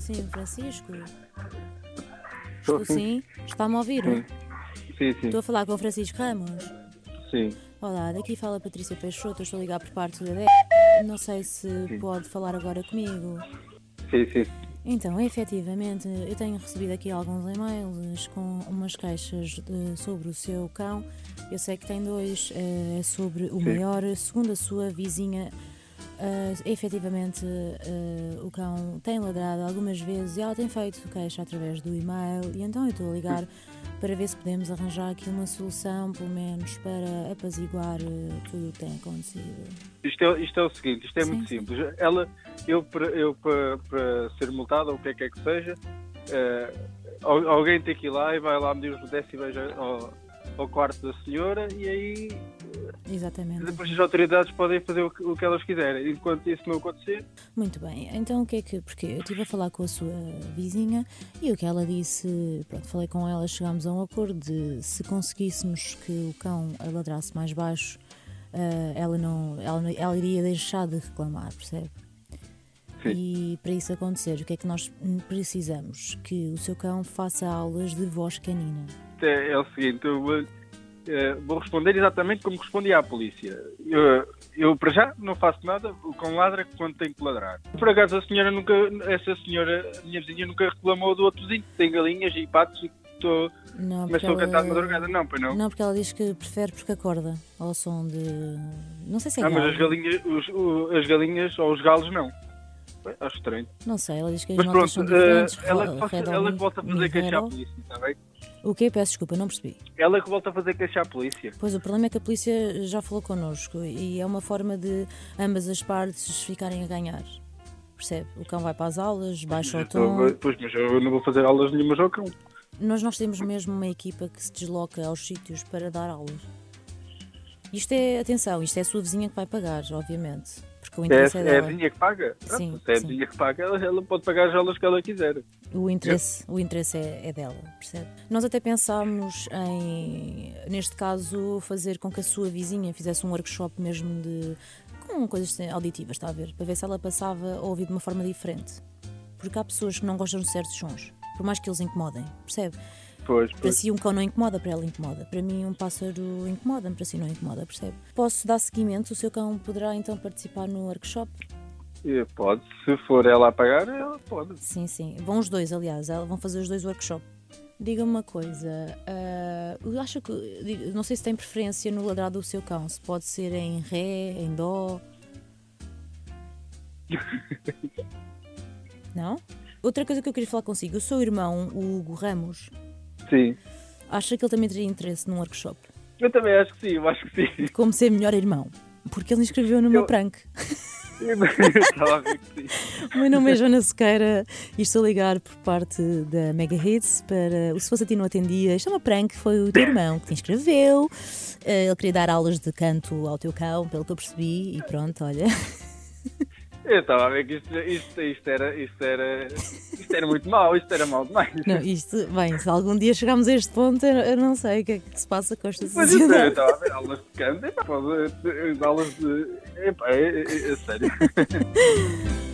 sim, Francisco? Estou Estou sim? Está-me a ouvir? Sim. Sim, sim. Estou a falar com o Francisco Ramos. Sim. Olá, daqui fala Patrícia Peixoto, estou a ligar por parte da DEC. Não sei se pode falar agora comigo. Sim, sim. Então, efetivamente, eu tenho recebido aqui alguns e-mails com umas queixas de- sobre o seu cão. Eu sei que tem dois, eh, é sobre o maior, segundo a sua vizinha. eh, efetivamente, eh, o cão tem ladrado algumas vezes e ela tem feito queixa através do e-mail. E então eu estou a ligar para ver se podemos arranjar aqui uma solução, pelo menos para apaziguar eh, tudo o que tem acontecido. Isto é, isto é o seguinte, isto é Sim, muito sim. simples. Ela, eu, para- eu para, para ser multada, ou o que é que é que seja, eh, al- alguém tem que ir lá e vai lá medir os decibéis ao, ao quarto da senhora e aí Exatamente. depois as autoridades podem fazer o que, o que elas quiserem. Enquanto isso não acontecer, Muito bem, então o que é que. Porque eu estive a falar com a sua vizinha e o que ela disse. Pronto, falei com ela, chegámos a um acordo de se conseguíssemos que o cão ladrasse mais baixo, ah, ela, não, ela, não- ela iria deixar de reclamar, percebe? Sim. E para isso acontecer, o que é que nós hum, precisamos? Que o seu cão faça aulas de voz canina. é, é o seguinte, eu vou, eh, vou responder exatamente como respondi à polícia. Eu, eu, para já, não faço nada, o cão ladra quando tem que ladrar. Por acaso, a senhora nunca, essa senhora, a minha vizinha, nunca reclamou do outro vizinho, que tem galinhas e patos e estou... Não, é Mas porque estou a cantar de ela- madrugada? Não, pois não. Não, porque ela diz que prefere porque acorda ao som de. Não sei se é Ah, mas galo. as galinhas, os- o- as galinhas ou os galos não. Bem, Acho estranho. Não sei, ela diz que as Mas notas pronto, são eh, diferentes. ela, ro- que faça- red ela on que volta a mi- fazer mi- queixa à red on. polícia, está bem? O quê? Peço desculpa, não percebi. Ela que volta a fazer queixa à polícia. Pois o problema é que a polícia já falou connosco e é uma forma de ambas as partes ficarem a ganhar. Percebe? O cão vai para as aulas, baixa o Mas eu- tom. Pois, mas eu não vou fazer aulas nenhumas ao cão. Nós, nós temos mesmo uma equipa que se desloca aos sítios para dar aulas. Isto é, atenção, isto é a sua vizinha que vai pagar, obviamente. Porque o É, interesse é, é a dela. vizinha que paga? Pronto, Sim, se é a sim. vizinha que paga, ela, ela pode pagar as aulas que ela quiser. O interesse, o interesse é, é dela, percebe? Nós até pensámos em, neste caso, fazer com que a sua vizinha fizesse um workshop mesmo de com coisas auditivas, está a ver? Para ver se ela passava a ouvir de uma forma diferente. Porque há pessoas que não gostam de certos sons, por mais que eles incomodem, percebe? Pois, Para pois. si um cão não incomoda, para ela incomoda. Para mim um pássaro incomoda-me, para si não incomoda, percebe? Posso dar seguimento, o seu cão poderá então participar no workshop? Eh, Pode, se for ela a pagar, ela pode. Sim, sim. Vão os dois, aliás. Ela- Vão fazer os dois workshop. Diga-me uma coisa. ah, eu acho que. digo, Não sei se tem preferência no ladrado do seu cão. Se pode ser em ré, em dó. não? Outra coisa que eu queria falar consigo. O seu irmão, o Hugo Ramos, Sim. acha que ele também teria interesse num workshop. Eu também acho que sim, eu acho que sim. de Como ser melhor irmão. Porque ele inscreveu no meu Eu- prank. Eu Estava a ver que sim. O meu nome é Joana Sequeira e estou a ligar por parte da Mega Hits para o Se Fosse a Ti Não Atendia. Isto é uma prank, foi o teu irmão que te inscreveu. Eh, Ele queria dar aulas de canto ao teu cão, pelo que eu percebi, e pronto, olha. Eu estava a ver que isto, isto, isto era, isto, era, isto era muito mau, isto era mau demais. Não, isto, bem, se algum dia chegarmos a este ponto, eu eu não sei o que é que se passa com esta Mas isto era, eu sociedade. estava a ver aulas de canto, epá, pode- eh, aulas de. Epá, é, é, é sério.